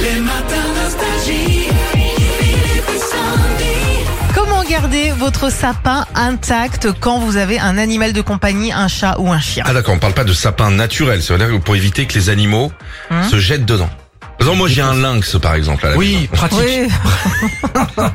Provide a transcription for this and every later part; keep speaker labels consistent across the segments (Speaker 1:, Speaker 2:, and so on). Speaker 1: Les matins nostalgie. Philippe et Sandy.
Speaker 2: Comment garder votre sapin intact quand vous avez un animal de compagnie, un chat ou un chien
Speaker 3: Ah d'accord, on parle pas de sapin naturel, ça veut dire que pour éviter que les animaux
Speaker 2: Hein
Speaker 3: se jettent dedans. Par exemple, moi j'ai un lynx par exemple à la maison.
Speaker 4: Oui, pratique.
Speaker 2: Oui.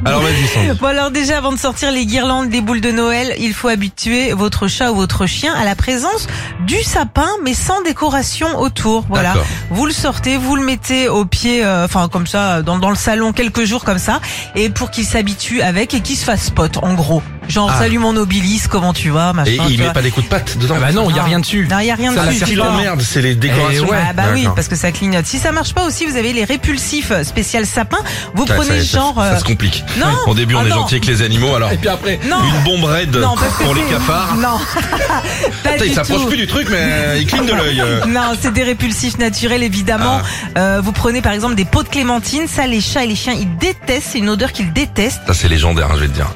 Speaker 3: Alors vas-y Sandy.
Speaker 2: Bon alors déjà, avant de sortir les guirlandes, les boules de Noël, il faut habituer votre chat ou votre chien à la présence du sapin, mais sans décoration autour. Voilà.
Speaker 3: D'accord.
Speaker 2: Vous le sortez, vous le mettez au pied, euh, enfin comme ça, dans, dans le salon quelques jours comme ça, et pour qu'il s'habitue avec et qu'il se fasse pote, en gros. Genre
Speaker 3: Ah.
Speaker 2: salut mon obélisque, comment tu vas, machin.
Speaker 3: Et
Speaker 2: tu
Speaker 3: il met
Speaker 2: vois.
Speaker 3: pas des coups de patte dedans.
Speaker 4: Ah bah non, il y a
Speaker 2: Non.
Speaker 4: rien dessus.
Speaker 2: Non, il y a rien
Speaker 4: Ça, la
Speaker 2: dessus.
Speaker 3: Ce qui
Speaker 2: tu vois.
Speaker 3: l'emmerde, c'est les décorations.
Speaker 4: Eh ouais.
Speaker 2: Ah bah oui,
Speaker 3: D'accord.
Speaker 2: parce que ça clignote. Si ça marche pas aussi, vous avez les répulsifs euh, spécial sapin. Vous
Speaker 3: Ça-
Speaker 2: prenez
Speaker 3: ça- ça-
Speaker 2: genre.
Speaker 3: ça,
Speaker 2: euh,
Speaker 3: se complique.
Speaker 2: Non.
Speaker 3: Au début on
Speaker 2: Ah
Speaker 3: est
Speaker 2: non. ah,
Speaker 3: gentil avec les animaux, alors
Speaker 4: Et puis après,
Speaker 2: non,
Speaker 3: une bombe raide
Speaker 2: non, parce que
Speaker 3: pour les
Speaker 2: c'est-
Speaker 3: cafards.
Speaker 2: Non, pas
Speaker 3: Putain,
Speaker 2: du
Speaker 3: il s'approche
Speaker 2: tout.
Speaker 3: plus du truc mais euh, il cligne de l'œil. euh. Ah.
Speaker 2: Non, c'est des répulsifs naturels évidemment. Euh, vous prenez par exemple des pots de clémentine, ça les chats et les chiens ils détestent, c'est une odeur qu'ils détestent.
Speaker 3: Ça c'est légendaire, hein, je vais te dire.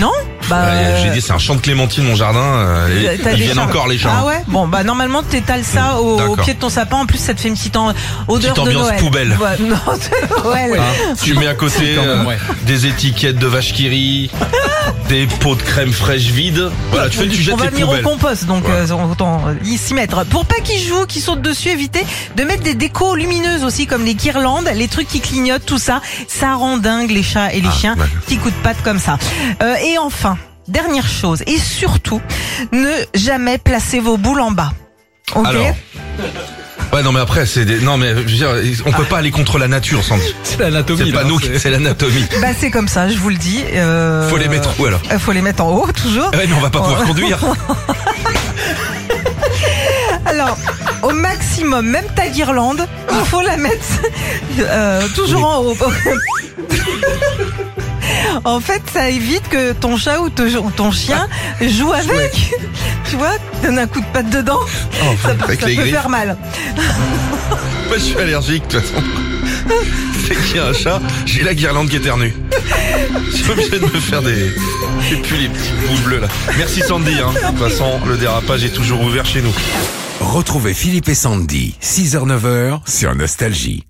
Speaker 2: Non Bah
Speaker 3: Ouais, J'ai dit c'est un champ de clémentine mon jardin. euh, et-
Speaker 2: T'as
Speaker 3: ils
Speaker 2: des
Speaker 3: viennent
Speaker 2: chats.
Speaker 3: encore les chats.
Speaker 2: Ah ouais Bon, bah normalement, t'étales ça au, au
Speaker 3: d'accord.
Speaker 2: pied de ton sapin. En plus, ça te fait une petite en- odeur
Speaker 3: Petite
Speaker 2: de
Speaker 3: ambiance
Speaker 2: Noël.
Speaker 3: poubelle.
Speaker 2: Ouais, non, de Noël.
Speaker 3: Hein, tu mets à côté
Speaker 4: Quand même,
Speaker 3: euh,
Speaker 4: ouais.
Speaker 3: des étiquettes de vache qui rit, des pots de crème fraîche vide. Voilà, tu fais tu
Speaker 2: On
Speaker 3: jettes
Speaker 2: va
Speaker 3: les
Speaker 2: venir au
Speaker 3: poubelles.
Speaker 2: compost, donc
Speaker 3: Ouais.
Speaker 2: euh, autant euh, y s'y mettre. Pour pas qu'ils jouent, qu'ils sautent dessus, évitez de mettre des décos lumineuses aussi, comme les guirlandes, les trucs qui clignotent, tout ça. Ça rend dingue les chats et les
Speaker 3: Ah,
Speaker 2: chiens
Speaker 3: ouais.
Speaker 2: qui coûtent de pattes comme ça. Euh, et enfin, dernière chose, et surtout, ne jamais placer vos boules en bas. Ok
Speaker 3: Alors. Ouais, non mais après c'est des... non mais je veux dire, on peut pas aller contre la nature Sandy.
Speaker 4: c'est l'anatomie.
Speaker 3: C'est pas
Speaker 4: là,
Speaker 3: nous,
Speaker 4: c'est-
Speaker 3: qui- c'est l'anatomie.
Speaker 2: Bah c'est comme ça, je vous le dis. euh, Oh.
Speaker 3: Faut les mettre où alors
Speaker 2: euh, Faut les mettre en haut toujours.
Speaker 3: Ouais, mais on va pas pouvoir conduire.
Speaker 2: Alors, au maximum, même ta guirlande, il faut la mettre euh, toujours en haut. en fait, ça évite que ton chat ou te- ou ton chien joue avec. tu vois, donne un coup de patte dedans, ça, peut-
Speaker 3: avec
Speaker 2: ça
Speaker 3: les
Speaker 2: peut
Speaker 3: griffes.
Speaker 2: faire mal.
Speaker 3: Moi, je suis allergique de toute façon. Dès qu'il y a un chat, j'ai la guirlande qui éternue. Je suis obligé de me faire des. J'ai plus les petits bouts bleus là. Merci Sandy, hein. De toute façon, le dérapage est toujours ouvert chez nous.
Speaker 5: Retrouvez Philippe et Sandy, 6h-9h sur Nostalgie.